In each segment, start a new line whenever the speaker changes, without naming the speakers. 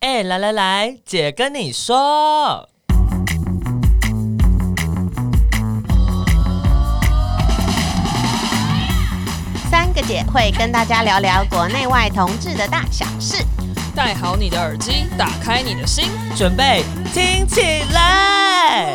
哎、来来来，姐跟你说，
三个姐会跟大家聊聊国内外同志的大小事。
戴好你的耳机，打开你的心。
准备听起来。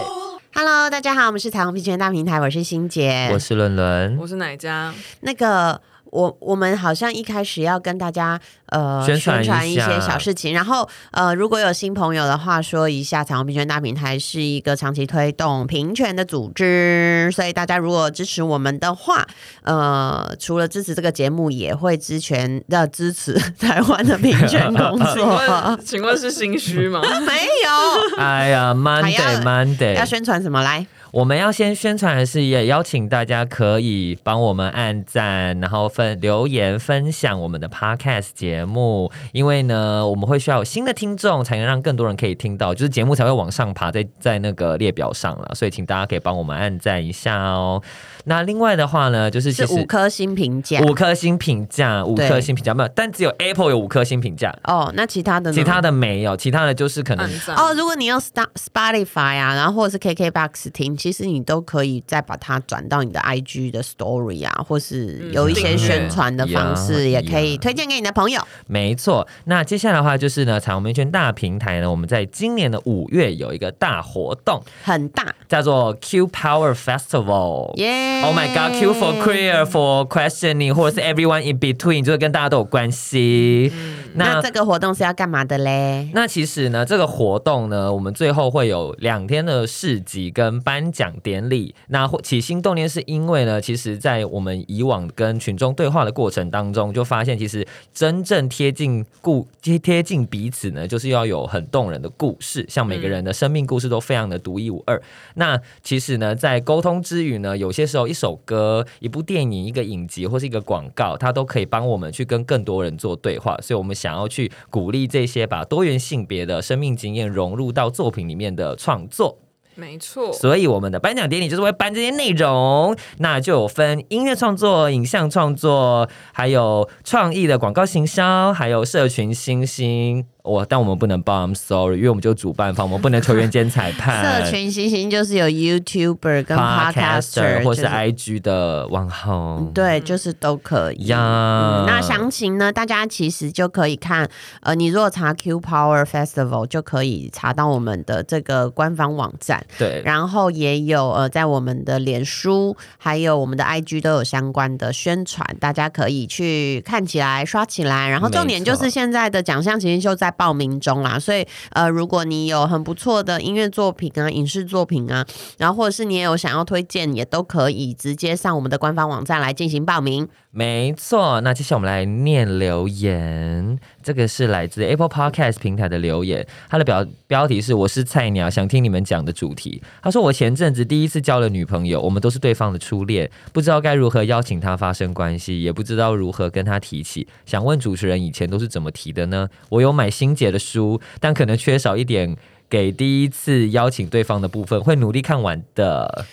Hello，大家好，我们是彩虹平权大平台，我是欣姐，
我是伦伦，
是哪家？。
那个。我我们好像一开始要跟大家呃
宣传一下
一些小事情，然后呃如果有新朋友的话，说一下彩虹平权大平台是一个长期推动平权的组织，所以大家如果支持我们的话，呃除了支持这个节目，也会支权的支持 台湾的平权工作
请问是心 虚吗？
没有，
哎呀
还
，Monday
要要
Monday，
宣传什么来？
我们要先宣传的是，也邀请大家可以帮我们按赞，然后分留言分享我们的 Podcast 节目，因为呢，我们会需要有新的听众，才能让更多人可以听到，就是节目才会往上爬，在在那个列表上了，所以请大家可以帮我们按赞一下哦。那另外的话呢，就是其
是
实
五颗星评价。
五颗星评价，五
对
颗星评价没有，但只有 Apple 有五颗星评价，
哦，那其他的呢？
其他的没有，其他的就是可能
暗赞
哦，如果你用 Sta- Spotify 啊，然后或者是 KKBox 听，其实你都可以再把它转到你的 IG 的 Story 啊，或是有一些
嗯
宣传的方式，
嗯
也可以
嗯
推荐给你的朋友。
没错。那接下来的话就是呢，彩虹民权大平台呢，我们在今年的五月有一个大活动，
很大
叫做 Q Power Festival。
耶
Oh my God! Q for queer, for questioning，或者是 everyone in between，就是跟大家都有关系。
嗯那这个活动是要干嘛的嘞？
那其实呢，这个活动呢，我们最后会有两天的市集跟颁奖典礼。那会起心动念是因为呢，其实，在我们以往跟群众对话的过程当中，就发现其实真正贴近故贴贴近彼此呢，就是要有很动人的故事，像每个人的生命故事都非常的独一无二。那其实呢，在沟通之余呢，有些时候一首歌、一部电影、一个影集或是一个广告，它都可以帮我们去跟更多人做对话。所以我们想要去鼓励这些把多元性别的生命经验融入到作品里面的创作。
没错，
所以我们的颁奖典礼就是会颁这些内容，那就有分音乐创作、影像创作，还有创意的广告行销，还有社群新星。我但我们不能报，I'm sorry，因为我们就主办方，我们不能球员兼裁判。
社群星星就是有 YouTuber 跟
podcaster
Podcaster
或是
就是嗯
IG 的网红，
对，就是都可以。
哦呀
嗯那详情呢？大家其实就可以看，呃，你如果查 Q Power Festival 就可以查到我们的这个官方网站，
对
然后也有呃，在我们的脸书还有我们的 IG 都有相关的宣传，大家可以去看起来刷起来。然后重点
没错
就是现在的奖项其实就在报名中啦，所以呃，如果你有很不错的音乐作品啊、影视作品啊，然后或者是你也有想要推荐，也都可以直接上我们的官方网站来进行报名。
没错。那接下来我们来念留言，这个是来自 Apple Podcast 平台的留言，它的表标题是“我是菜鸟，想听你们讲的主题”。他说：“我前阵子第一次交了女朋友，我们都是对方的初恋，不知道该如何邀请她发生关系，也不知道如何跟她提起。想问主持人，以前都是怎么提的呢？我有买欣姐的书，但可能缺少一点。”给第一次邀请对方的部分，会努力看完的。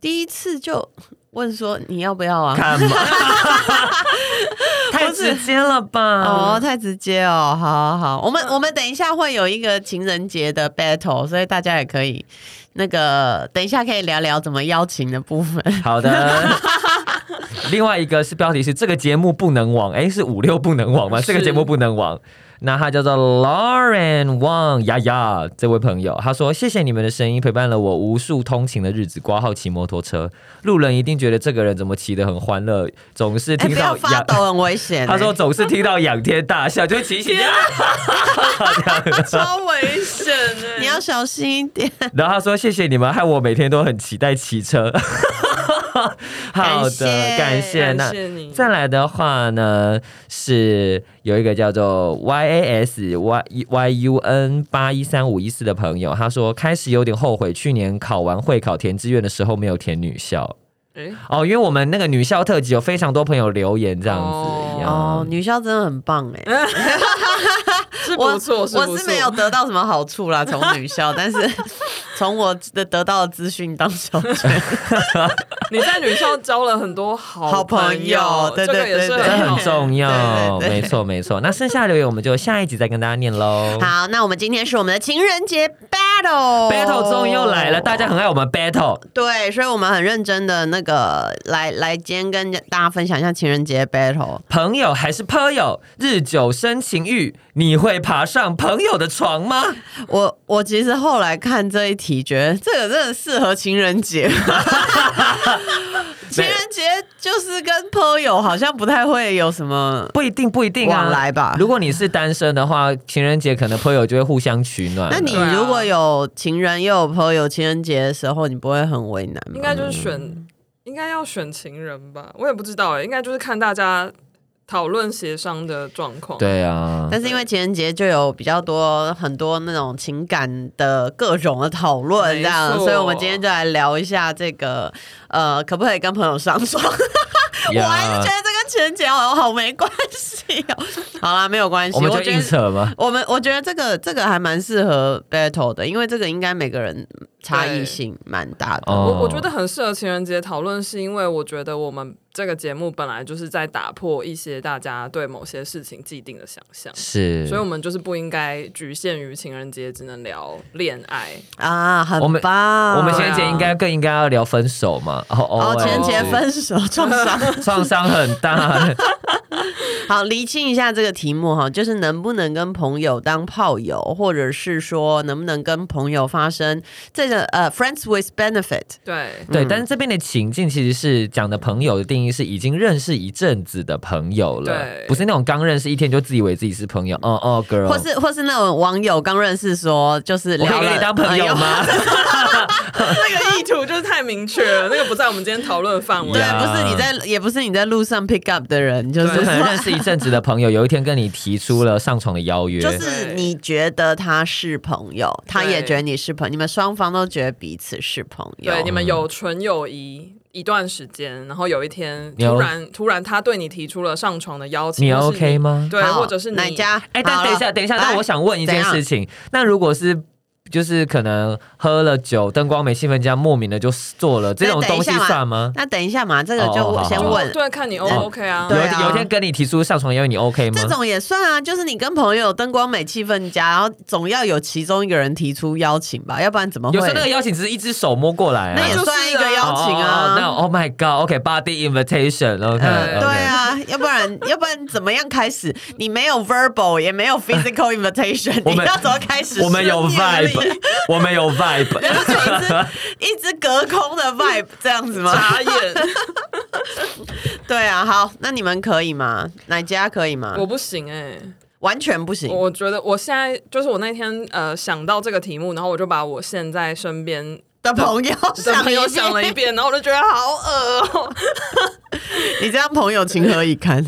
第一次就问说你要不要啊？
干嘛？ 太直接了吧！
哦，太直接哦，好好好，我们我们等一下会有一个情人节的 battle，所以大家也可以那个等一下可以聊聊怎么邀请的部分。
好的。另外一个是标题是这个节目不能网，哎，是五六不能网吗？
是
这个节目不能网。那他叫做 Lauren Wang 呀呀，这位朋友，他说谢谢你们的声音陪伴了我无数通勤的日子，挂号骑摩托车，路人一定觉得这个人怎么骑得很欢乐，总是
哎、
听
不
到
要发
仰，
抖，哎很危险、欸
他说总是听到仰天大笑，就骑一骑，
超危险 哎
你要小心一 点。
然后他说：“谢谢你们，害我每天都很期待骑车。”好的，感
感
谢。
谢
那
感谢你
再来的话呢，是有一个叫做 Y A S Y Y U N 八一三五一四的朋友，他说开始有点后悔去年考完会考填志愿的时候没有填女校
哎，
哦，因为我们那个女校特辑有非常多朋友留言这样子。
哦
呀
哦，女校真的很棒哎、
是
我
不错，是不
我是没有
错。
得到什么好处 啦，从女校，但是从我的得到的资讯当小学，
你在女校交了很多好
好朋
朋
友对
这个
对
也是
对
这
对
很
很
好
重要，
对对对
没错没错。那剩下的留言我们就下一集再跟大家念喽。
好，那我们今天是我们的情人节 battle。
battle 终于又来了，大家很爱我们 battle。
对，所以我们很认真的那个来来，今天跟大家分享一下情人节 battle。
朋友还是朋友，日久生情欲，你会爬上朋友的床吗？
我我其实后来看这一题，觉得这个真的适合情人节。 情人节就是跟朋友好像不太会有什么
不一定，不一定啊。
往来吧
如果你是单身的话，情人节可能朋友就会互相取暖。
那你
对啊
如果有情人又有朋友，情人节的时候你不会很为难吗？
应该就是选，应该要选情人吧？我也不知道哎、应该就是看大家讨论协商的状况。，
对啊，
但是因为情人节就有比较多很多那种情感的各种的讨论，这样，
没错
所以我们今天就来聊一下这个，呃，可不可以跟朋友上床？我
呀
还是觉得这跟情人节好像好没关系哦。好啦，没有关系，
我
我
们就
觉
硬
得。
扯嘛。
我们我觉得这个这个还蛮适合 battle 的，因为这个应该每个人差异性蛮大的。
哦
我我觉得很适合情人节讨论，是因为我觉得我们这个节目本来就是在打破一些大家对某些事情既定的想象。
是，
所以，我们就是不应该局限于情人节只能聊恋爱。
啊，很
我们
棒！
我们情人节应该更应该要聊分手嘛。哦
啊哦，情人节
哎
分手创伤。
创伤很 大，
好，厘清一下这个题目哈，就是能不能跟朋友当炮友，或者是说能不能跟朋友发生这个呃 friends with benefit。
对，
嗯
对。但是这边的情境其实是讲的朋友的定义是已经认识一阵子的朋友了，
对
不是那种刚认识一天就自以为自己是朋友。哦哦，girl，
或是或是那种网友刚认识说，就是
我可
聊
以跟
了哎
你当朋友？吗？
那个意图就是太明确了，那个不在我们今天讨论范
哎
围
呦
Yeah
对，不是你在，也不是你在路上 pick up 的人，就 是
就可能
说
认识一阵子的朋友，有一天跟你提出了上床的邀约，
就是你觉得他是朋友，他也
对
觉得你是朋友，你们双方都觉得彼此是朋友。
对，你们有纯友谊一段时间，然后有一天
你有
突然突然他对你提出了上床的邀请，
你
或是
OK 吗？
对，
好
或者是
哪
你
家？
哎、但
好
等一
了
下，等一下，
来
但我想问一件事情，那如果是。就是可能喝了酒，灯光没兴奋，这样莫名的就做了这种
那等
东西
一下嘛
算吗？
那等一下嘛，这个
哦哦
就
好
先
好
就
好
问。
对，看你 O
嗯
不 OK 啊？
对
有一
啊
天有一天跟你提出上床邀约，你 OK 吗？
这种也算啊，就是你跟朋友灯光美气氛佳，然后总要有其中一个人提出邀请吧，要不然怎么会
有？时候那个邀请只是一只手摸过来、啊，
那也
就是
算一
啊
个邀请
哦哦哦那
啊。
Oh my God，OK，body、invitation，OK，、
呃，
嗯
对啊，要不然要不然怎么样开始？你没有 verbal，也没有 physical invitation，
我
你
们
要怎么开始？
我们有
是念力
vibe，我们有 vibe，
就是一只一只隔空的 vibe 这样子吗？
傻眼，
对啊，好，那你们可以吗？哪家可以吗？
我不行哎、
完全不行。
我觉得我现在就是我那天呃想到这个题目，然后我就把我现在身边
的朋友
的
想
朋友
一
想了
遍
一遍，然后我就觉得好恶哦、
你这样朋友情何以堪？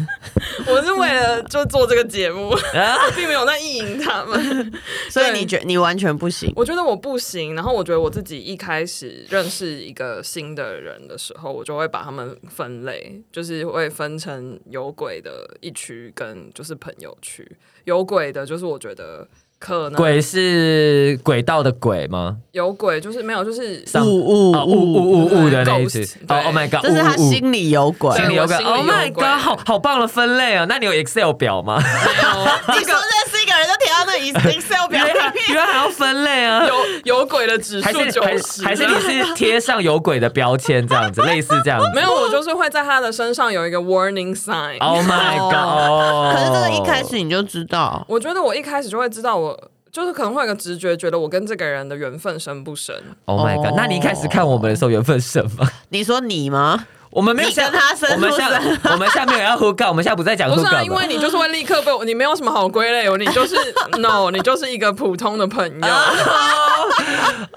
我是为了就做这个节目，
啊
并没有在意淫他们。
所以你觉你完全不行。
我觉得我不行，然后我觉得我自己一开始认识一个新的人的时候，我就会把他们分类，就是会分成有鬼的一区跟就是朋友区。有鬼的，就是我觉得可能
鬼是轨道的鬼吗？
有鬼，就是没有，就是
上
啊呜
哦，雾雾
呜，
雾雾的那一
Ghost，
句。哦
对
Oh my god，
就是他
雾雾
心里有鬼。
心里有个
对我心
Oh
里有
my
鬼
god，好好棒的分类啊！那你有 Excel 表 吗？
没有
你说认识一个人就填到那 Excel 表
原来
里面，
原来还要分类啊！
有有鬼的指
还
数
是
九
还
十，啊
是还是你是贴上有鬼的标签这样 子，类似这样
没
子。
有，我就是会在他的身上有一个 warning sign。
Oh my god！哦
可是这个一开始你就知道。
我觉得我一开始就会知道我，就是可能会有个直觉，觉得我跟这个人的缘分深不深。
，Oh my
哦
god！那你一开始看我们的时候缘分什么？
你说你吗？
我们没有
你跟
像
他深
我们
入
像
深
我们下面有要 hook up，我们现在不在讲
不
hook
是
up
啊，
了。
因为你就是会立刻被我，你没有什么好 归类哦，你就是 no，你就是一个普通的朋友。
啊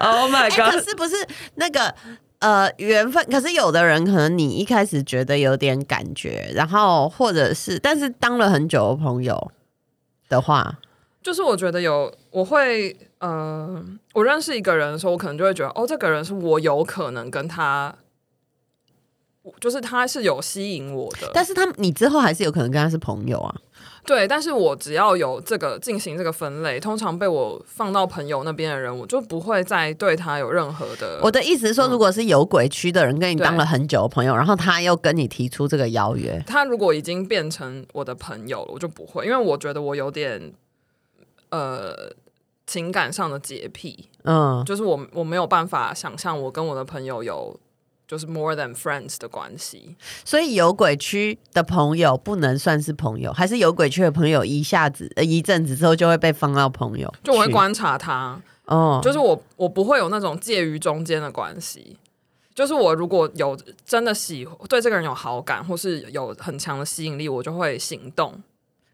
Oh my
哎，可
god！
是不是那个呃缘分？可是有的人可能你一开始觉得有点感觉，然后或者是，但是当了很久的朋友的话，
就是我觉得有，我会呃，我认识一个人的时候，我可能就会觉得，哦，这个人是我有可能跟他。我就是他是有吸引我的，
但是他们你之后还是有可能跟他是朋友啊。
对，但是我只要有这个进行这个分类，通常被我放到朋友那边的人，我就不会再对他有任何的
我的意思是说，如果是有鬼区的人跟你
对
当了很久的朋友，然后他又跟你提出这个邀约，
他如果已经变成我的朋友了，我就不会，因为我觉得我有点呃情感上的洁癖，
嗯，
就是我我没有办法想象我跟我的朋友有就是 more than friends 的关系。
所以有鬼区的朋友不能算是朋友，还是有鬼区的朋友一下子、呃、一阵子之后就会被放到朋友去，
就我会观察他，
哦，
就是我我不会有那种介于中间的关系。就是我如果有真的喜对这个人有好感，或是有很强的吸引力，我就会行动。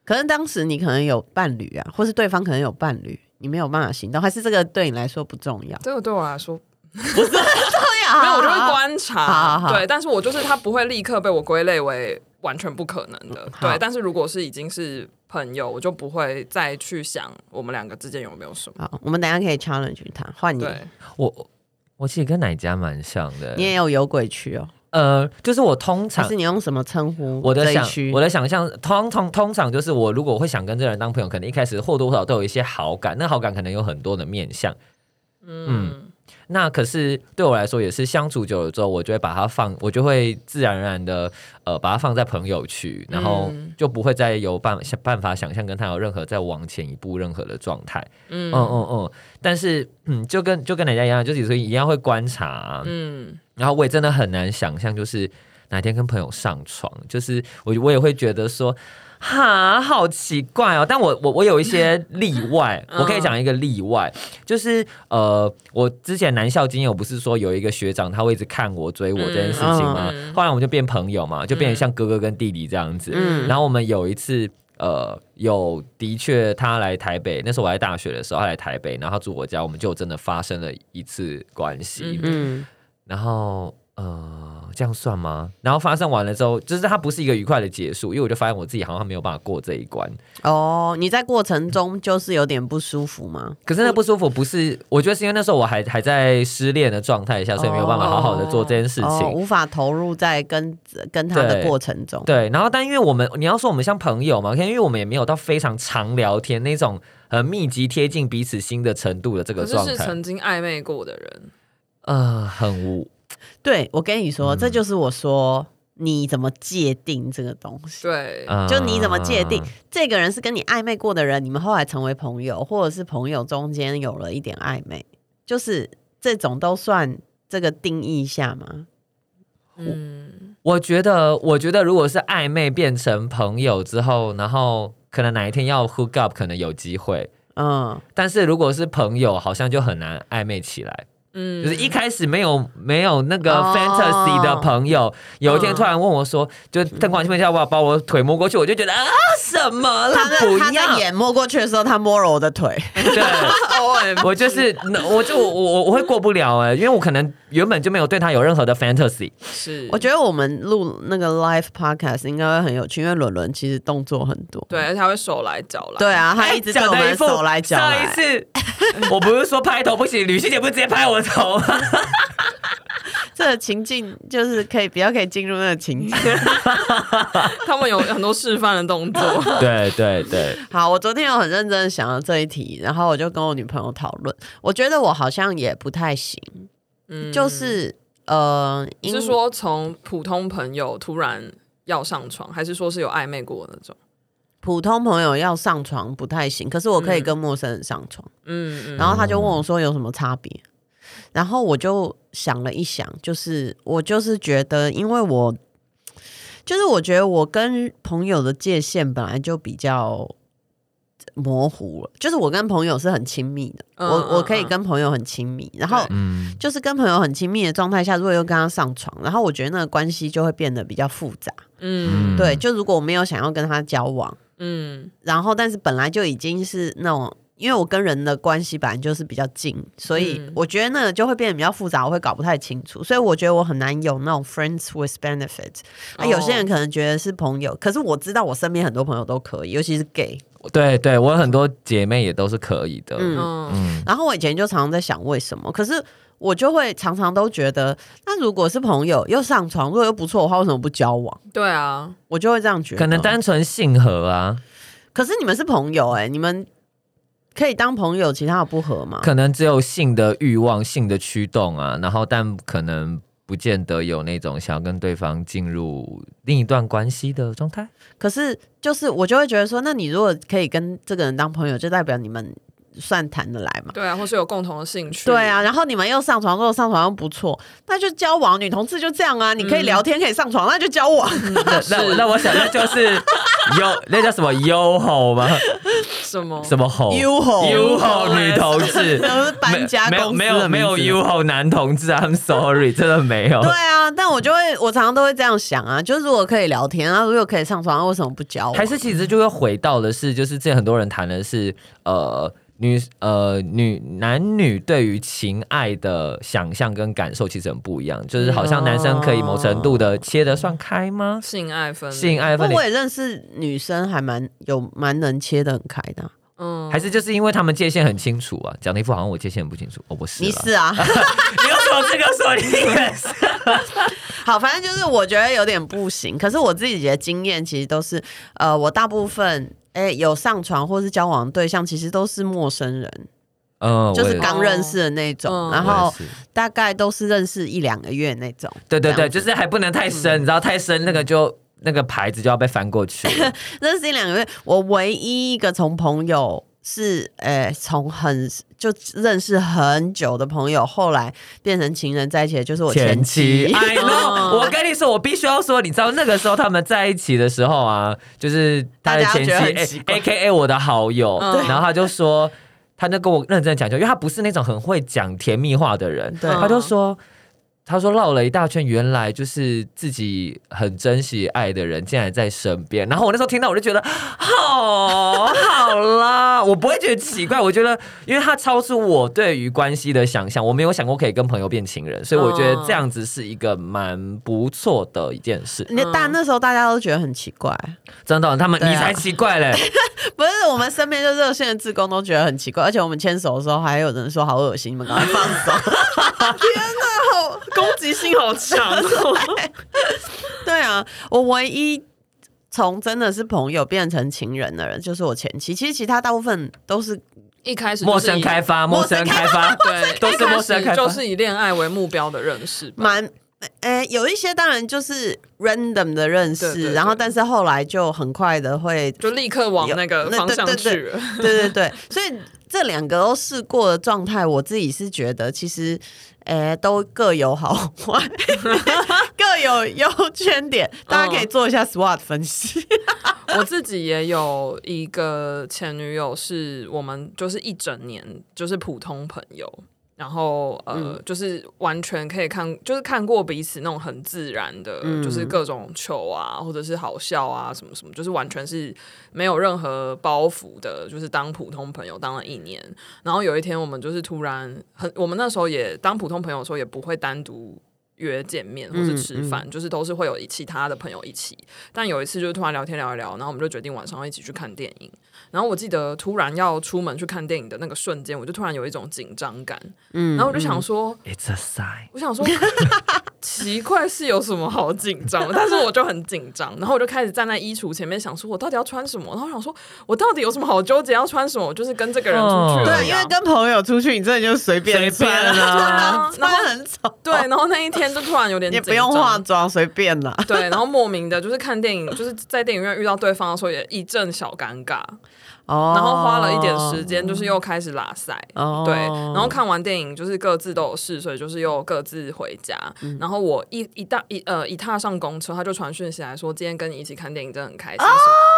可能当时你可能有伴侣啊，或是对方可能有伴侣，你没有办法行动，还是这个对你来说不重要？
这个对我来说
对呀
没有，我就会观察。
啊好好
对，但是我就是他不会立刻被我归类为完全不可能
嗯
的。
好
对，但是如果是已经是朋友，我就不会再去想我们两个之间有没有什么。
好，我们等一下可以 challenge 他，
嗯
换你，
对，
我我其实跟哪家蛮像的，
你也有有鬼区哦，
呃，就是我通
还
常
是你用什么称呼
我的
这
想
一区？
我的想象，通通通常就是我如果会想跟这个人当朋友，可能一开始或多或少都有一些好感，那好感可能有很多的面向。
嗯，
那可是对我来说，也是相处久了之后，我就会把它放，我就会自然而然的呃把它放在朋友区，然后
嗯
就不会再有办想办法想象跟他有任何再往前一步任何的状态。
嗯
嗯嗯嗯，但是嗯，就跟就跟人家一样，就是有时候一样会观察啊、
嗯，
然后我也真的很难想象，就是哪天跟朋友上床，就是我我也会觉得说，哈，好奇怪哦。但我我我有一 些例外，
嗯
我可以讲一个例外，就是呃，我之前南校经验，我不是说有一个学长他会一直看我追我这件事情吗？
嗯嗯
后来我们就变朋友嘛，就变成像哥哥跟弟弟这样子。
嗯
然后我们有一次。呃，有的确，他来台北，那时候我在大学的时候，他来台北，然后他住我家，我们就真的发生了一次关系。
嗯
嗯，
然后呃，这样算吗？然后发生完了之后，就是它不是一个愉快的结束，因为我就发现我自己好像没有办法过这一关。
哦，你在过程中就是有点不舒服吗？
可是那不舒服不是，我觉得是因为那时候我还还在失恋的状态下，所以没有办法好好的做这件事情。
哦，无法投入在跟跟他的
对
过程中，
对，然后但因为我们你要说我们像朋友嘛，可能因为我们也没有到非常常聊天那种很密集贴近彼此心的程度的这
可
个
是
状
是
态，
曾经暧昧过的人，
呃，很无
对，我跟你说，
嗯
这就是我说你怎么界定这个东西。
对，
呃
就你怎么界定这个人是跟你暧昧过的人，你们后来成为朋友，或者是朋友中间有了一点暧昧，就是这种都算这个定义下吗？
嗯，
我觉得，我觉得如果是暧昧变成朋友之后，然后可能哪一天要 hook up，可能有机会。
嗯，
但是如果是朋友，好像就很难暧昧起来。
嗯
就是一开始没有没有那个
哦
fantasy 的朋友，有一天
嗯
突然问我说，就灯光下要不要把我腿摸过去，我就觉得啊什么啦
他，在
不
他
要
在。眼摸过去的时候，他摸了我的腿，
对，
O M，
我就是，我就我我我会过不了哎、因为我可能原本就没有对他有任何的 fantasy。
是，
我觉得我们录那个 live podcast 应该会很有趣，因为伦伦其实动作很多。
对，而且他会手来脚来，
对啊，他一直对
哎讲
我
的一
们
副
手来脚
上一
来。
次我不是说拍头不行，吕欣姐不是直接拍我头吗？
这个情境就是可以比较可以进入那个情境。
他们有很多示范的动作，
对对对，
好，我昨天有很认真的想到这一题，然后我就跟我女朋友讨论，我觉得我好像也不太行，
嗯
就是呃，
你
因
是说从普通朋友突然要上床，还是说是有暧昧过的那种？
普通朋友要上床不太行，可是我可以
嗯
跟陌生人上床。
嗯
然后他就问我说有什么差别，然后我就想了一想，就是我就是觉得，因为我就是我觉得我跟朋友的界限本来就比较模糊了，就是我跟朋友是很亲密的，
嗯
我我可以
嗯嗯
跟朋友很亲密，然后
对
嗯，
就是跟朋友很亲密的状态下，如果又跟他上床，然后我觉得那个关系就会变得比较复杂。
嗯
对，就如果我没有想要跟他交往，
嗯
然后但是本来就已经是那种，因为我跟人的关系本来就是比较近，所以
嗯
我觉得那个就会变得比较复杂，我会搞不太清楚，所以我觉得我很难有那种 friends with benefit。那、
哦
有些人可能觉得是朋友，可是我知道我身边很多朋友都可以，尤其是 gay。
对对，我有很多姐妹也都是可以的。
嗯
嗯
嗯
然后我以前就常常在想为什么，可是我就会常常都觉得，那如果是朋友又上床，如果又不错的话，为什么不交往？
对啊，
我就会这样觉得。
可能单纯性合啊，
可是你们是朋友哎、你们可以当朋友，其他的不合吗？
可能只有性的欲望、性的驱动啊，然后但可能不见得有那种想要跟对方进入另一段关系的状态。
可是就是我就会觉得说，那你如果可以跟这个人当朋友，就代表你们算谈得来嘛。
对啊，或是有共同的兴趣，
对啊，，然后你们又上床，如果上床又不错，那就交往。女同志就这样啊，你可以聊天，可以上床，那就交往。
那那那我想那就是 优，那叫什么优吼吗？
什么
什么吼？
U 吼
优吼女同志。
都是搬家
没
公
有
司
没有
的
没有
名字
U 吼男同志，I'm 啊 sorry，真的没有
对。啊，但我就会，我常常都会这样想啊，就是如果可以聊天啊，如果可以上床，那为什么不交往？
还是其实就会回到的是，就是之前很多人谈的是呃女呃女男女对于情爱的想象跟感受其实很不一样，就是好像男生可以某程度的切得算开吗？
性爱分离
性爱
嗯不
分
过
离
我。也认识女生，还蛮有蛮能切得很开的啊、
嗯
还是就是因为他们界限很清楚啊，讲的一副好像我界限很不清楚，哦，我是啦
你是 啊，
你有什么资格说你 也是？
好，反正就是我觉得有点不行。可是我自己的经验其实都是，呃，我大部分。哎、有上床或是交往对象，其实都是陌生人，
嗯，
就
我
是
也哦
刚认识的那种，
嗯
然
我
后
也是
大概都是认识一两个月那种。
对对
这
对，
样子嗯
就是还不能太深，你知道太深那个就那个牌子就要被翻过去了。
认识一两个月，我唯一一个从朋友是，呃，从很就认识很久的朋友，后来变成情人在一起的，就是我 前哦
妻
妻。
，I know，我跟你说，我必须要说，你知道那个时候他们在一起的时候啊，就是他的前
大家觉得很
妻
奇
，A
怪
A K A 我的好友，
嗯对
然后他就说，他就跟我认真讲就，因为他不是那种很会讲甜蜜话的人，
对
他就说。他说绕了一大圈，原来就是自己很珍惜爱的人，竟然在身边。然后我那时候听到，我就觉得好哦好啦，我不会觉得奇怪。我觉得，因为他超出我对于关系的想象，我没有想过可以跟朋友变情人，所以我觉得这样子是一个蛮不错的一件事。
那但那时候大家都觉得很奇怪，
真的，他们、
对啊
你才奇怪嘞，
不是我们身边就热线的志工都觉得很奇怪，而且我们牵手的时候还有人说好恶心，你们赶快放手。
攻击性好强哦，
对啊，我唯一从真的是朋友变成情人的人就是我前妻，其实其他大部分都是
一开始就是
陌生
以
开发，陌生开发，
对，
都是陌生
一
开
开始
发
就是以恋爱为目标的认识吧，
蛮呃，有一些当然就是 random 的认识，
对对对
然后但是后来就很快的 会，
就立刻往那个方向
有那对对
去了。
对对对，所以这两个都试过的状态，我自己是觉得其实。呃，都各有好 坏，各有优缺点，大家可以做一下 SWOT 分析。
我自己也有一个前女友，是我们就是一整年就是普通朋友，然后呃，就是完全可以看，就是看过彼此那种很自然的，
嗯
就是各种糗啊，或者是好笑啊，什么什么，就是完全是没有任何包袱的，就是当普通朋友当了一年，然后有一天我们就是突然很，我们那时候也当普通朋友的时候也不会单独。约见面或是吃
嗯
饭，就是都是会有其他的朋友一起，但有一次就是突然聊天聊一聊，然后我们就决定晚上要一起去看电影。然后我记得突然要出门去看电影的那个瞬间，我就突然有一种紧张感。
嗯
然后我就想说，
It's a sign。
我想说，奇怪是有什么好紧 张的？但是我就很紧张，然后我就开始站在衣橱前面想说，我到底要穿什么？然后我想说，我到底有什么好纠结要穿什么？我就是跟这个人出去而已啊、
对，因为跟朋友出去，你真的就随便
随便
穿
啊
真的 穿很丑，
对，然后那一天就突然有点
也
紧
不
张，
用化妆，随便啦。
对，然后莫名的就是看电影，就是在电影院遇到对方的时候也一阵小尴尬，
哦
然后花了一点时间，就是又开始拉塞。
哦
对，然后看完电影就是各自都有事，所以就是又各自回家。
嗯
然后我一一大一呃一踏上公车，他就传讯息来说今天跟你一起看电影真的很开心。
哦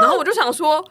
然后我就想说，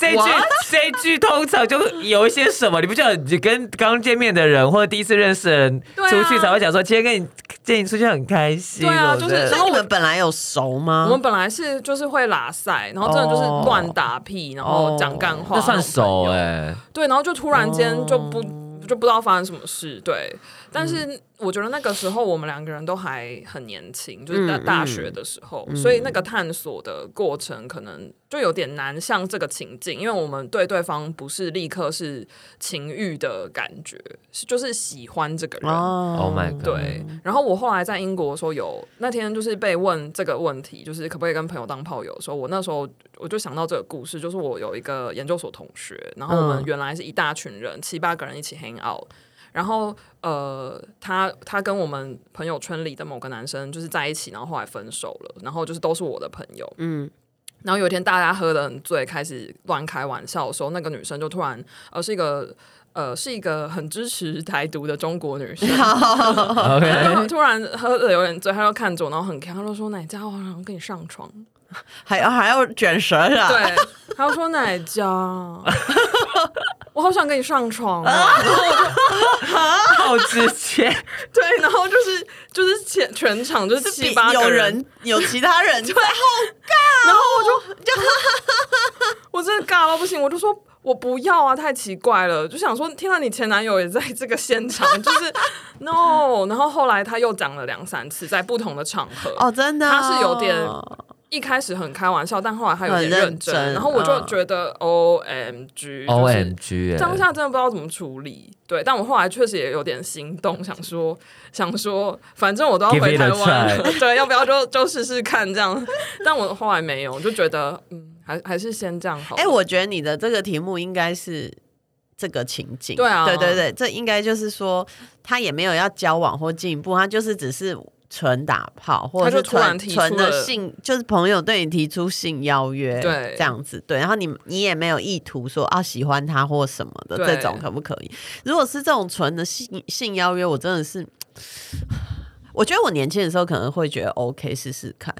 这一句
What？
这一句通常就有一些什么，你不觉得你跟刚见面的人或者第一次认识的人
对啊
出去才会讲说，今天跟你见你出去很开心，
对啊
什么
就是
的
所以你们本来有熟吗？
我们本来是就是会拉塞，然后真的就是
哦
乱打屁，然后讲干话，
那算熟
欸
哎。
哎、
哦嗯
对，然后就突然间就不、就不知道发生什么事，对。但是我觉得那个时候我们两个人都还很年轻，就是大
嗯嗯嗯
大学的时候，所以那个探索的过程可能就有点难像这个情境，因为我们对对方不是立刻是情欲的感觉，是就是喜欢这个人。
哦
Oh my god
对，然后我后来在英国说有那天就是被问这个问题，就是可不可以跟朋友当炮友的时候，我那时候我就想到这个故事，就是我有一个研究所同学，然后我们
嗯
原来是一大群人，七八个人一起 hang out。然后，呃，他他跟我们朋友圈里的某个男生就是在一起，然后后来分手了，然后就是都是我的朋友，
嗯，
然后有一天大家喝得很醉，开始乱开玩笑的时候，那个女生就突然，呃，是一个呃是一个很支持台独的中国女生， 然后
OK，
突然喝的有点醉，她就看着我，然后很强，她就说：“奶家，我好想跟你上床。
还要还要卷舌是”吧？
对，她就说：“奶家， 我好想跟你上床、哦。”
啊
然后我就
好直接，
对，然后就是就是全全场就是
是比
七八
有
个
人有其他 人对，
然后我就我真的尬到不行，我就说我不要啊，太奇怪了，就想说天啊，你前男友也在这个现场，就是 no。然后后来他又讲了两三次，在不同的场合。
哦，真的哦，
他是有点一开始很开玩笑，但后来他有点
很认
认真，
真
然后我就
嗯
觉得 O M G
，O M G，
当下真的不知道怎么处理，对，但我后来确实也有点心动，想说想说，反正我都要
Give
回
it a
台湾了， 对，要不要就就试试看这样？但我后来没有，我就觉得嗯，还还是先这样好了。
哎、我觉得你的这个题目应该是这个情景，
对啊
对对对，这应该就是说他也没有要交往或进一步，他就是只是纯打炮，或
他
者
就是突
纯
然提出
纯的
了
性，就是朋友对你提出性邀约，
对
这样子对，然后你你也没有意图说啊喜欢他或什么的，
对
这种可不可以？如果是这种纯的性性邀约，我真的是。 我觉得我年轻的时候可能会觉得 OK 试试看，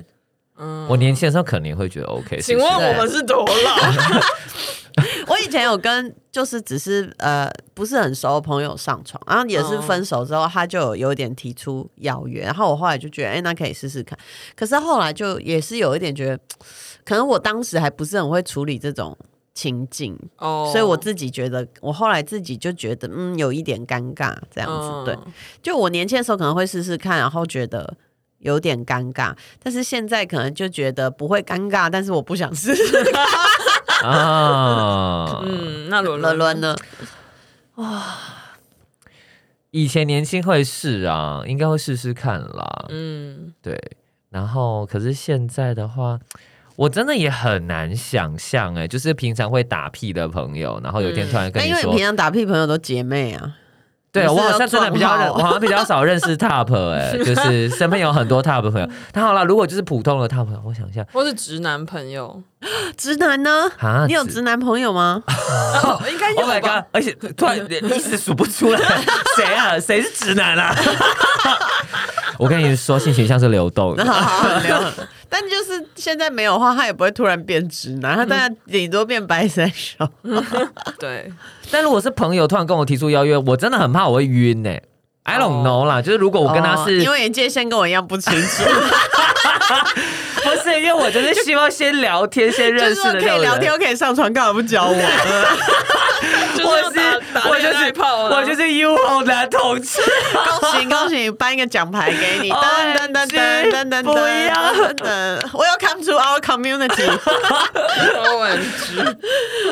嗯
我年轻的时候肯定会觉得 OK，
请问
是不是
我们是 多老？
我以前有跟就是只是呃不是很熟的朋友上床，然后也是分手之后，他就有有一点提出邀约，然后我后来就觉得，哎、那可以试试看。可是后来就也是有一点觉得，可能我当时还不是很会处理这种情境，
哦
所以我自己觉得，我后来自己就觉得，嗯，有一点尴尬这
这
样子。
嗯
对，就我年轻的时候可能会试试看，然后觉得。有点尴尬，但是现在可能就觉得不会尴尬，但是我不想试试看
啊？
嗯，那伦
伦伦
呢？
呢？
以前年轻会试啊，应该会试试看啦。
嗯，
对，然后可是现在的话，我真的也很难想象哎、就是平常会打屁的朋友，然后有一天突然跟
嗯那
你
因为
说，
你平常打屁朋友都姐妹啊，
对
你是
我好像真的比较
要撞
认，
号
我好像比较少认识 top 哎、就是身边有很多 top 的朋友。那好啦，如果就是普通的 top，我想一下
或是直男朋友，
直男呢？
啊，
你有
只
直男朋友 吗？
哦应该有
Oh my
吧
god！？而且突然 一时数不出来，谁啊？谁是直男啊？ 我跟你说，性取向是流动的。
但就是现在没有的话，他也不会突然变直
嗯
男，他当然顶多变白色手。
对，
但如果是朋友突然跟我提出邀约，我真的很怕我会晕呢、I don't know 啦就是如果我跟他是
哦因为你界限跟我一样不清楚，
不是，因为我就是希望先聊天，先
就
认
是
识
说
的
可以聊天，
人。
又可以上床，干嘛不教我？
就
我
要打打
是我就
恋爱
是
炮啊，
我就是 U 后男同志，
恭喜恭喜，颁一个奖牌给 你！噔噔噔噔噔噔噔，
Oh, 不要
噔！Welcome to our community。
O M G，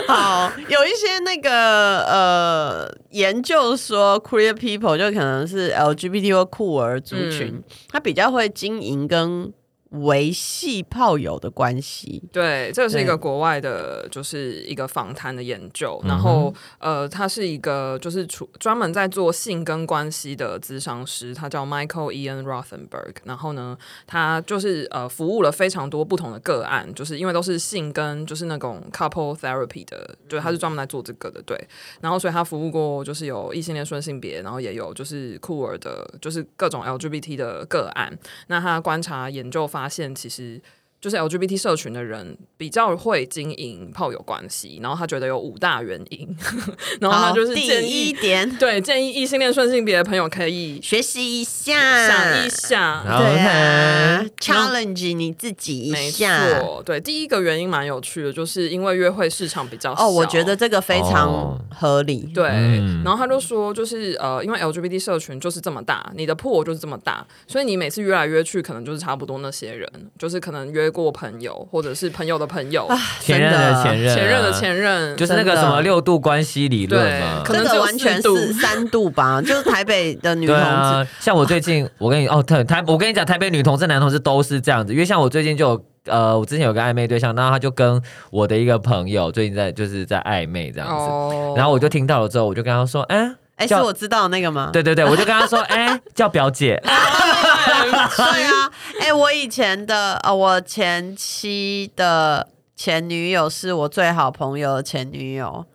好，有一些那个呃研究说，queer people 就可能是 LGBT 或酷儿族群，
嗯
他比较会经营跟维系炮友的关系。
对，这是一
对
个国外的，就是一个访谈的研究，
嗯
然
哼
后呃，他是一个就是处专门在做性跟关系的咨商师，他叫 Michael Ian Rothenberg，然后呢，他就是呃服务了非常多不同的个案，就是因为都是性跟就是那种 couple therapy 的，对，
嗯
他是专门来做这个的，对，然后所以他服务过就是有异性恋顺性别，然后也有就是酷儿的，就是各种 LGBT 的个案，那他观察研究发现，其实就是 LGBT 社群的人比较会经营炮友关系，然后他觉得有五大原因， 然后他就是
好
建
第一
议，
点，
对建议异性恋顺性别的朋友可以
学习一下，
想一想，
然后
对啊
OK
，challenge 你自己一
没
下。
错，对，第一个原因蛮有趣的，就是因为约会市场比较
哦，我
小
觉得这个非
哦
常合理。
对，啊
嗯
然后他就说，就是呃，因为 LGBT 社群就是这么大，你的 pool 就是这么大，所以你每次约来约去，可能就是差不多那些人，就是可能约过朋友，或者是朋友的朋友，
啊
前任的前任啊，
前任的前任，
就是那个
真的
什么六度关系理论嘛，
对可
这
能只
个
有
完全
四度
是三度吧，就是台北的女
对
同志，
啊，像我最 近，我跟你哦，台台，我跟你讲，台北女同志、男同志都是这样子，因为像我最近就有。呃，我之前有个暧昧对象，然后他就跟我的一个朋友最近在就是在暧昧这样子，
哦
然后我就听到了之后，我就跟他说，哎、
哎、
叫
是我知道的那个吗？
对对对，我就跟他说，哎、叫表姐，
对啊，哎、我以前的呃，我前妻的前女友是我最好朋友的前女友，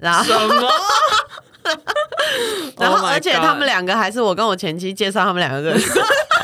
然后
什 么？
然
Oh
后
my
而且他
God
们两个还是我跟我前妻介绍他们两个认识，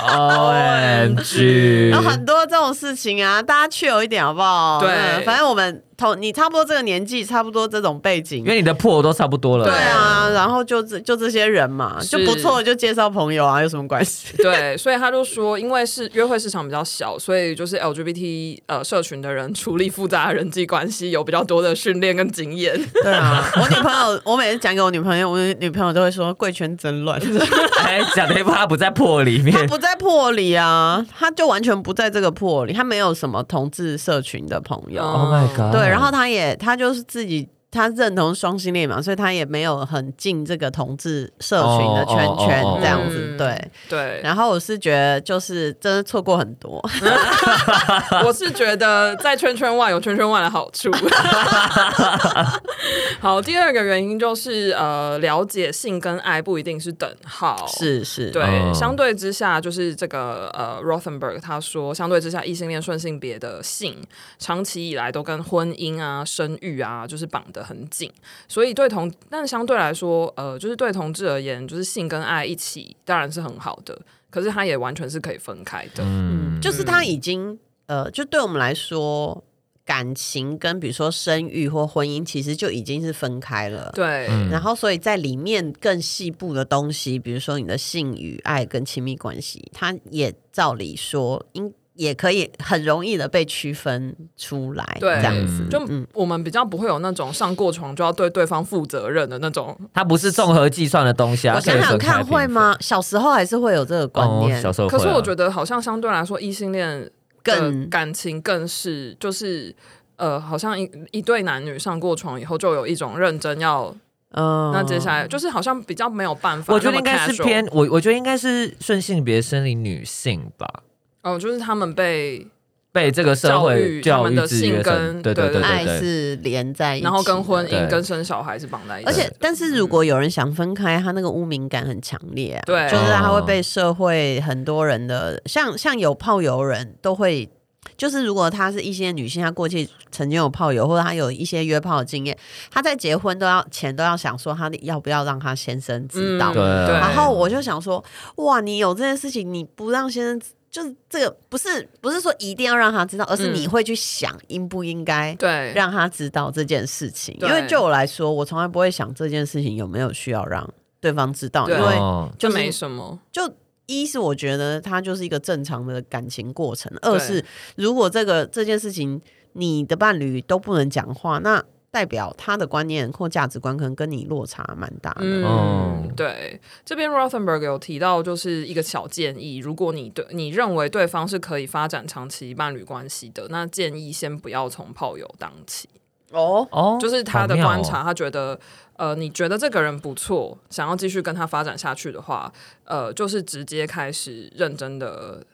O M G，
然后很多这种事情啊，大家去有一点好不好？
对
嗯反正我们同你差不多这个年纪，差不多这种背景
因。为你的破都差不多了，
对啊，然后就这就这些人嘛，就是不错就介绍朋友啊，有什么关 系？
对，所以他就说，因为是约会市场比较小，所以就是 LGBT 呃社群的人处理复杂的人际关系有比较多的训练跟经验。
对啊， 我女朋友，我每次讲给我女朋友，我女朋友都会说贵圈真乱，
哎，讲的一副他不在破里面，
不在破里啊，他就完全不在这个破里，他没有什么同志社群的朋友，
哦
Oh my god！
对，然后他也他就是自己。他认同双性恋嘛，所以他也没有很进这个同志社群的圈圈
哦哦哦哦
这样子。
嗯
对，
对，
然后我是觉得就是真的错过很多，
哦
我是觉得在圈圈外有圈圈外的好处。好，第二个原因就是呃，了解性跟爱不一定是等号，
是是，
对，
哦
相对之下，就是这个呃，Rothenberg 他说，相对之下，异性恋顺性别的性长期以来都跟婚姻啊、生育啊，就是绑得很紧，所以对同，但相对来说，呃，就是对同志而言，就是性跟爱一起当然是很好的，可是它也完全是可以分开的。
嗯，
就是他已经呃，就对我们来说，感情跟比如说生育或婚姻，其实就已经是分开了。
对，
嗯
然后，所以在里面更细部的东西，比如说你的性与爱跟亲密关系，它也照理说应也可以很容易的被区分出来，
对
这样子。
就
嗯
我们比较不会有那种上过床就要对对方负责任的那种，
它不是综合计算的东西啊。
我想想看，
可以分开
会
评分？
吗？小时候还是会有这个观
哦，
念，
小时候会
可
啊。
是我觉得好像相对来说，异性恋的
更
感情更是就是。呃，好像一一对男女上过床以后，就有一种认真要，
嗯
那接下来就是好像比较没有办法那么 casual。
我觉得应该是偏我，我觉得应该是顺性别生理女性吧，
哦，就是他们被
被这个社会
教育他
教
们
育
的
制约成，
性跟
对对对
爱
对对，
是连在一起的，
然后跟婚
对
姻跟生小孩是绑在一起的，
而且，但是如果有人想分开，他那个污名感很强烈啊，
对
就是他会
哦
被社会很多人的，像像有炮友人都会。就是如果她是一些女性，她过去曾经有炮友，或者她有一些约炮的经验，她在结婚都要前都要想说，她要不要让她先生知道。
嗯
对啊
对
然后我就想说，哇，你有这件事情，你不让先生知，就是这个不是不是说一定要让他知道，而是
嗯
你会去想应不应该
对，
让他知道这件事情。因
对
为就我来说，我从来不会想这件事情有没有需要让对方知道，因
对
为
哦
就
就是
没什么，
就。一是我觉得它就是一个正常的感情过程，二
对
是如果这个这件事情你的伴侣都不能讲话，那代表他的观念或价值观可能跟你落差蛮大的。
哦
嗯，对，这边 Rothenberg 有提到，就是一个小建议，如果你对你认为对方是可以发展长期伴侣关系的，那建议先不要从炮友当起。
哦，
哦，
就是他的
好妙
观
哦
察，，他觉得，呃，你觉得这个人不错，想要继续跟他发展下去的话，呃，就是直接开始认真的。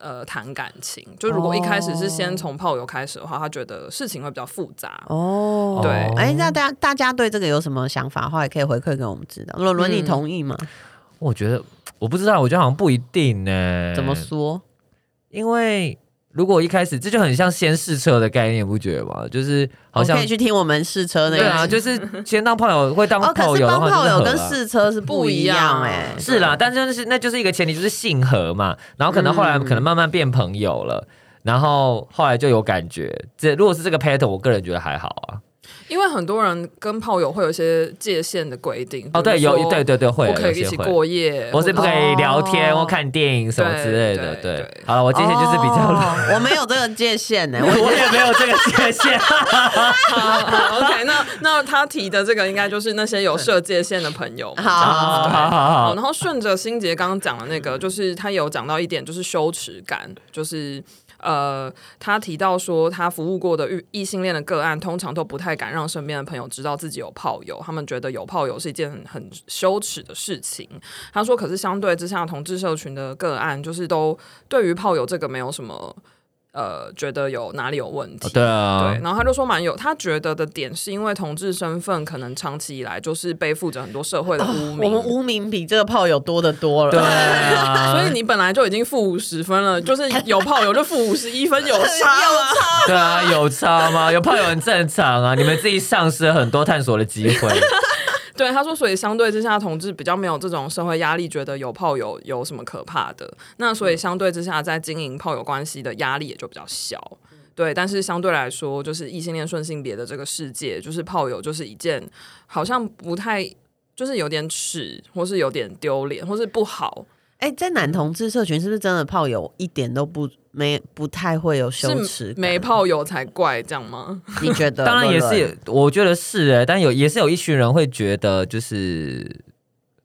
呃，谈感情，就如果一开始是先从炮友开始的话，他觉得事情会比较复杂。
哦，
对
哎，那大家大家对这个有什么想法的话，也可以回馈给我们知道。伦伦，你同意吗？
哎我觉得我不知道，我觉得好像不一定呢。
怎么说？
因为如果一开始这就很像先试车的概念，不觉得吗？就是好
我
像
可以去听我们试车那一
对啊，
集
就是先当炮友会当
哦，可
炮
是
友的
帮
话，
炮友
就是
跟
合啊
试车是不一样哎、
不一样
是啦，但就是那就是一个前提，就是性合嘛，然后可能后来
嗯
可能慢慢变朋友了，然后后来就有感觉，这如果是这个 pattern，我个人觉得还好啊。
因为很多人跟炮友会有一些界限的规定。
哦，对，
比如说
有对对对会
不
有
可以一
些
起
会。
过夜，
我是不可以聊天
哦
或看电影什么之类的。
对
对，
对
好了，我
我
界限就是比较乱，
哦我没有这个界限 呢、
我也没有这个界限。
好好 OK，那那他提的这个应该就是那些有设界限的朋友嘛。
好
好好好
好，，然后顺着心杰刚刚讲的那个，就是他有讲到一点，就是羞耻感，就是呃，他提到说他服务过的异异性恋的个案，通常都不太敢让身边的朋友知道自己有炮友，他们觉得有炮友是一件很很羞耻的事情。他说，可是相对之下，同志社群的个案，就是都对于炮友这个没有什么。呃，觉得有哪里有问题？
哦对啊
对，，然后他就说蛮有，他觉得的点是因为同志身份可能长期以来就是背负着很多社会的污
哦我
名，
们污名比这个炮友多得多了。
对啊，
所以你本来就已经负五十 分了，就是有炮友就负五十一分，有差吗？
对啊，有差吗？有炮友很正常啊，你们自己丧失了很多探索的机会。
对，他说，所以相对之下，同志比较没有这种社会压力，觉得有炮友有什么可怕的。那所以相对之下，在经营炮友关系的压力也就比较小。对，但是相对来说，就是异性恋顺性别的这个世界，就是炮友就是一件好像不太。就是有点耻，或是有点丢脸，或是不好，
哎、在男同志社群是不是真的炮友一点都不没不太会有羞耻
是
感？
没炮友才怪这样吗？
你 觉得？
当然也
伦伦
是，我觉得是哎、但有也是有一群人会觉得就是。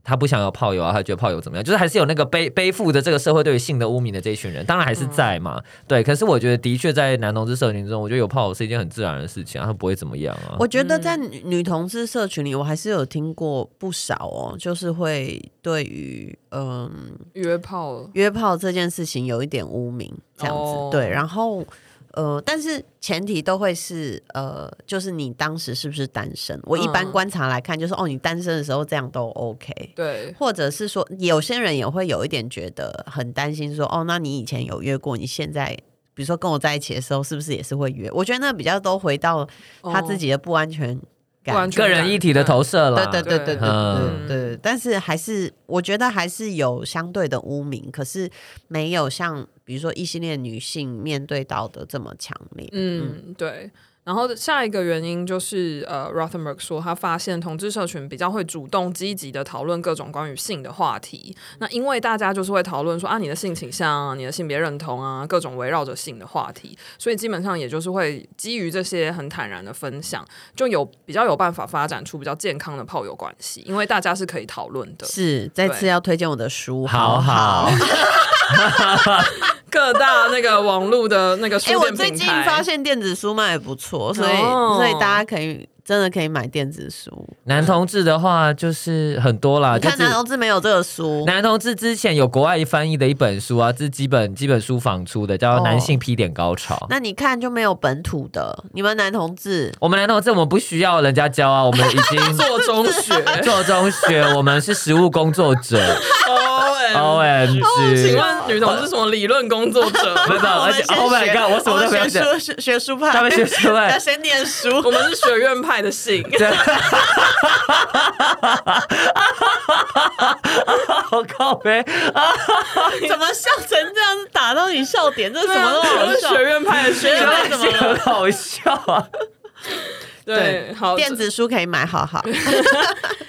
他不想要炮友啊，他觉得炮友怎么样？就是还是有那个背背负着这个社会对于性的污名的这一群人，当然还是在
嗯
嘛。对，可是我觉得的确在男同志社群中，我觉得有炮友是一件很自然的事情啊，他不会怎么样啊。
我觉得在
嗯
女女同志社群里，我还是有听过不少哦，就是会对于嗯
约炮了，
约炮这件事情有一点污名这样子。
哦
对，然后呃，但是前提都会是呃，就是你当时是不是单身？我一般
嗯
观察来看，就是、哦，你单身的时候这样都 OK。
对，
或者是说，有些人也会有一点觉得很担心说哦，那你以前有约过，你现在比如说跟我在一起的时候，是不是也是会约？我觉得那比较都回到他自己的不安全感。
哦不安全
个人议题的投射啦，
对对对对对对
嗯
对对，但是还是我觉得还是有相对的污名，可是没有像比如说异性恋女性面对到的这么强烈。
嗯，对。然后下一个原因就是，呃，Rothenberg 说他发现同志社群比较会主动积极的讨论各种关于性的话题。那因为大家就是会讨论说啊，你的性倾向啊，你的性别认同啊，各种围绕着性的话题，所以基本上也就是会基于这些很坦然的分享，就有比较有办法发展出比较健康的炮友关系，因为大家是可以讨论的。
是，再次
对
要推荐我的书，
好
好
好。
各大那个网络的那个书
哎、我
店
最
平
近
台，
发现电子书卖也不错，所以、
哦
所以大家可以真的可以买电子书。
男同志的话就是很多啦，
你
啊就
看
是
男同志没有这个书，
男同志之前有国外翻译的一本书啊，这是基本基本书坊出的，叫
哦
《男性 P 点高潮》。
那你看就没有本土的。你们男同志
我们男同志我们不需要人家教啊，我们已 经
做中学
做中学，我们是实务工作 者。O
，OM。
M
请
G，
问女同是什么理论工作者？
没有，而且 Oh my God，我什么都没有
学
讲，
书学学术派，
他们学出
要
来。
先念书。
我们是学院派的信，
真 好靠背，
怎么笑成这样？打到你笑点，这是什么都
啊我
好
们是学
笑。
院派的
学。
信
院派
这很好笑啊！
对，好，
电子书可以买，好好。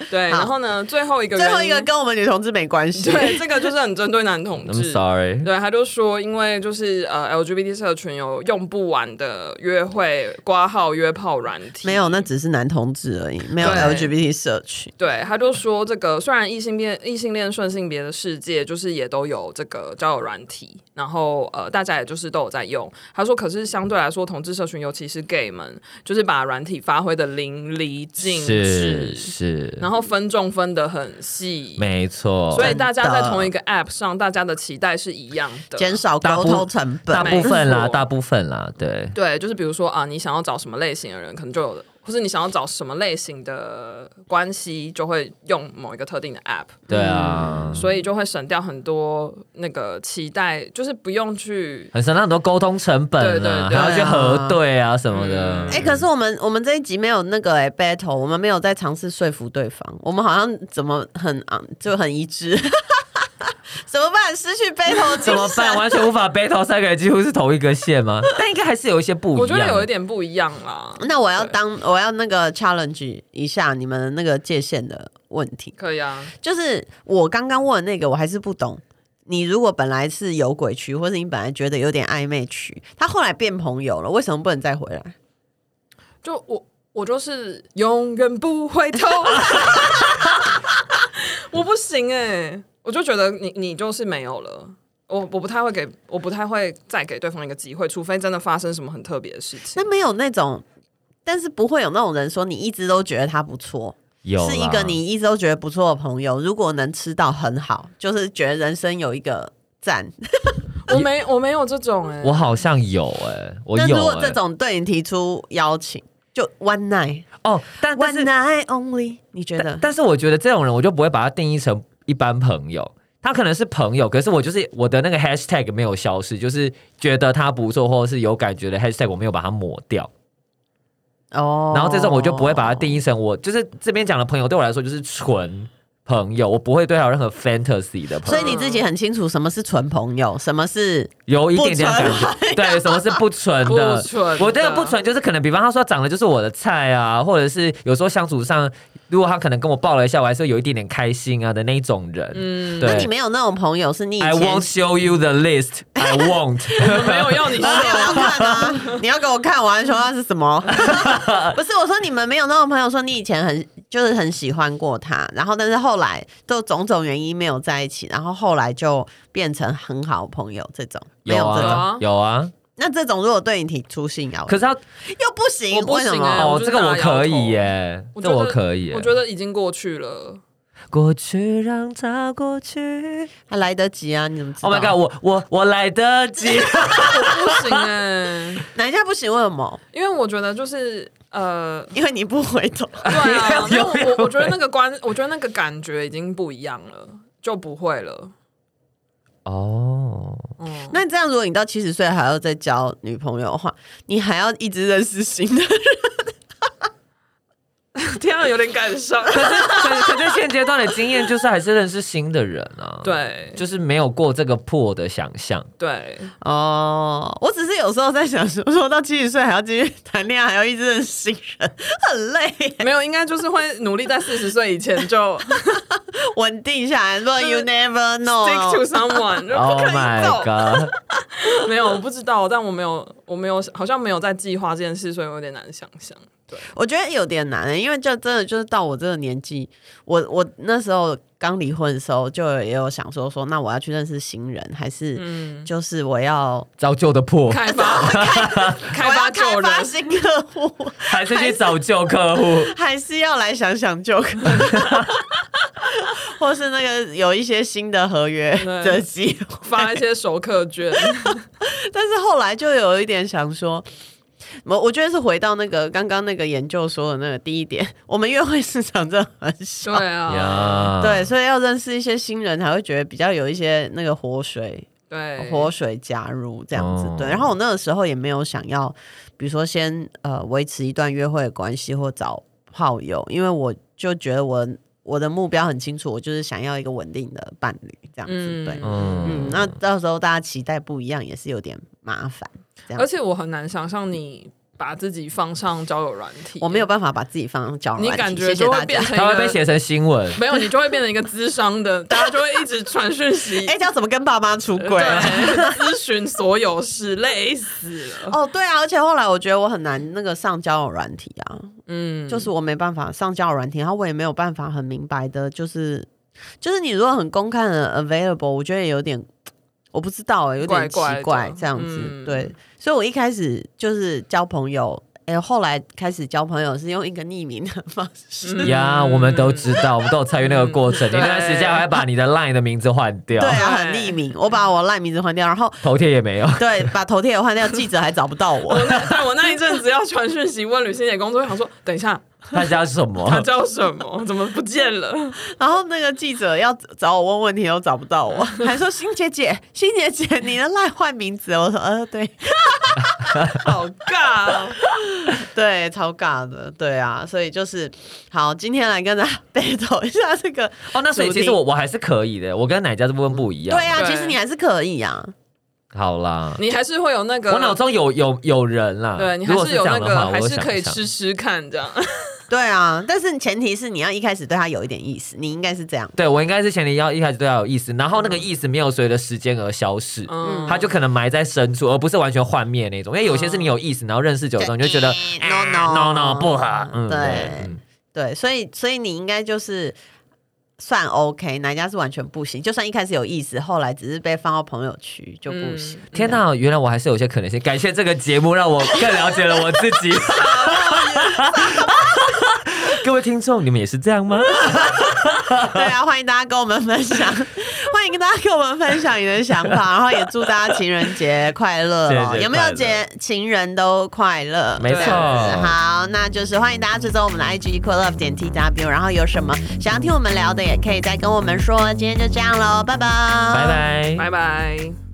对，
好
然后呢，最后一个原
最
因，
后一个跟我们女同志没关系。
对，这个就是很针对男同
I'm
志。
sorry，
对，他就说，因为就是呃，LGBT 社群有用不完的约会、挂号、约炮软体，
没有，那只是男同志而已，没有
对
LGBT 社群。
对，他就说这个虽然异性恋、异性恋、顺性别的世界，就是也都有这个交友软体，然后呃，大家也就是都有在用。他说，可是相对来说，同志社群，尤其是 gay 们，就是把软体发挥的淋漓尽
是
致，
是，
然后分众分的很细，
没错，
所以大家在
真的
同一个 app 上，大家的期待是一样的。
减少沟通成
大
本。
部分
没
啦，
错
大部分啦，对，
对，就是比如说啊，你想要找什么类型的人，可能就有，或是你想要找什么类型的关系，就会用某一个特定的 app。
对啊，
所以就会省掉很多那个期待，就是不用去
很省了很多沟通成本啊，
对对对
还要去核对啊什么的。
哎、可是我们我们这一集没有那个哎、battle，我们没有在尝试说服对方，我们好像怎么很啊就很一致。 怎么办？失去 battle
怎
精
么办？
神。
完全无法 battle，三个人几乎是同一个线吗？但应该还是有一些不一样。
我觉得有一点不一样啦。
那我要
对
当我要那个 challenge 一下你们那个界限的问题，
可以啊，
就是我刚刚问的那个我还是不懂。你如果本来是有鬼区，或是你本来觉得有点暧昧区，他后来变朋友了，为什么不能再回来？
就我我就是永远不回头， 我不行哎、我就觉得你你就是没有了。我我不太会给，我不太会再给对方一个机会，除非真的发生什么很特别的事情
那。没有那种，但是不会有那种人说你一直都觉得他不错，
有啦
是一个你一直都觉得不错的朋友。如果能吃到很好，就是觉得人生有一个赞。
我没我没有这种哎、
我好像有哎、我
那
有、
如果这
欸、
种对你提出邀请，就 one night，one
哦，但但是
night only，你觉
但
得？
但是我觉得这种人，我就不会把他定义成一般朋友。他可能是朋友，可是我就是我的那个 hashtag 没有消失，就是觉得他不错或者是有感觉的 hashtag 我没有把它抹掉，
哦
然后这种我就不会把它定义成我就是这边讲的朋友，对我来说就是纯朋友，我不会对他有任何 fantasy 的朋
所
友，
以你自己很清楚什么是纯朋友，什么是
有一点点感觉，对，什么是不 纯的？
不纯的
我这个不纯就是可能，比方他说长得就是我的菜啊，或者是有时候相处上，如果他可能跟我抱了一下，我还是会有一点点开心啊的那一种人，嗯，对。
那你没有那种朋友，是你以
I
前
won't show you the list. I won't.
我没有 要你
我 没有要看啊！你要给我看完说他是 什么？不是我说你们没有那种朋友，说你以前很就是很喜欢过他，然后但是后来就种种原因没有在一起，然后后来就变成很好的朋友这种，没有这种。
啊，有啊。
那这种如果对你提出性邀，
可是他
又不行，
我不
为什
行
么？
欸
哦
我，就
这
是
个我可以耶、
觉
这
得
我可以耶、
我觉得已经过去了。
过去让它过去。
还来得及啊？你怎么知道
Oh my god！我我我来得及。
我不行哎、
哪一家不行？为什么？
因为我觉得就是呃，
因为你不 回头。
对啊，因为
有有
我我觉得那个关，我觉得那个感觉已经不一样了，就不会了。
哦，
嗯，
那这样，如果你到七十岁还要再交女朋友的话，你还要一直认识新的人。
天啊，有点感伤。
可是可可是现阶段的经验就是还是认识新的人啊。，
对，
就是没有过这个破的想象。
对，
哦，我只是有时候在想说，说到七十岁还要继续谈恋爱，还要一直认识新人，很累。
没有，应该就是会努力在四十岁以前就
稳定下来， 说 you never
stick to
know。
someone，就 不
Oh
可以
my
走。
god！
没有，我不知道，但我没有，我没有，好像没有在计划这件事，所以我有点难想象。对，
我觉得有点难、因为就真的就是到我这个年纪，我我那时候刚离婚的时候，就也有想说说，那我要去认识新人，还是
嗯，
就是我要、
造就的破，
开发
我
开
要开
发救人
发，新客户，
还是去找旧 客户？
还是要来想想就可能， 或是那个有一些新的合约
对
的机会。
发一些熟客券。
但是后来就有一点想说，我我觉得是回到那个刚刚那个研究说的那个第一点， 我们约会市场真的很小，
对啊，
呀，
对，所以要认识一些新人，才会觉得比较有一些那个活水
对，
活水加入这样子
哦。
对，然后我那个时候也没有想要，比如说先呃维持一段约会的关系或找炮友，因为我就觉得我我的目标很清楚，我就是想要一个稳定的伴侣这样子。对，嗯，那到时候大家期待不一样，也是有点麻烦。这样
而且我很难想象你把自己放上交友软体，
我没有办法把自己放交友
你
软体
感觉
谢谢
就会
大家
变。成一
他会被
个
写成新闻。
没有，你就会变成一个资商的，大家就会一直传讯 息，
哎、 这要怎么跟爸妈出
对
轨、啊？，
咨询所有事，累死了。
哦，对啊，而且后来我觉得我很难那个上交友软体啊，
嗯，
就是我没办法上交友软体，然后我也没有办法很明白的，就是就是你如果很公开的 available，我觉得也有点。我不知道、欸，有点
怪
奇
怪的
怪这样子，
嗯
对，所以我一开始就是交朋友，哎、后来开始交朋友是用一个匿名的方式，
嗯
呀我们 都知道，我们都有参与那个过程。
嗯
你那段时间还把你的 LINE 的名字换掉
对，啊，
对
很匿名，我把我赖名字换掉，然后
头贴也没有。
对，把头贴也换掉，记者还找不到我
我，那但我那一阵子要传讯息问吕欣姐工作，我想说等一下
他叫什
她
么？
叫什么，怎么不见 了？
然后那个记者要找我问问题都找不到我， 还说新姐 姐，新姐姐， 你的赖换名字了。我说呃对，
好尬哦，
对，超尬的，对啊，所以就是好，今天来跟大家 battle 一下这个，
哦，那所以
主题
其实我我还是可以的，我跟奶家这部分不一样。
对啊，
对
其实你还是可以啊，
好啦，
你还是会有那个，
我脑中有有有人啦。
对你
如
还
果
有
这
那
样的话
个，还
我
是
想
可以
一想
吃吃看这样。
对啊，但是前提是你要一开始对他有一点意思，你应该是这样，
对我应该是前提要一开始对他有意思，然后那个意思没有随着时间而消逝，
嗯，
他就可能埋在深处，而不是完全幻灭那种。因为有些是你有意思，然后认识久了之嗯后，你就觉得
对
哎
no, no
no no 不合，嗯，
对
嗯
对，所以所以你应该就是算 OK，哪一家是完全不行，就算一开始有意思，后来只是被放到朋友区就不行。
天哪，原来我还是有些可能性。感谢这个节目，让我更了解了我自 己。各位听众，你们也是这样吗？
对啊，欢迎大家跟我们分 享，欢迎大家跟我们分享你的想法，然后也祝大家情人节快乐
情人
哦！
节
有没有
快乐
节情人都快乐？
没错
这样子好，那就是欢迎大家追踪我们的 IG equal love 点 tw，然后有什么想要听我们聊的，也可以再跟我们说。今天就这样喽，拜拜，
拜拜。
拜拜。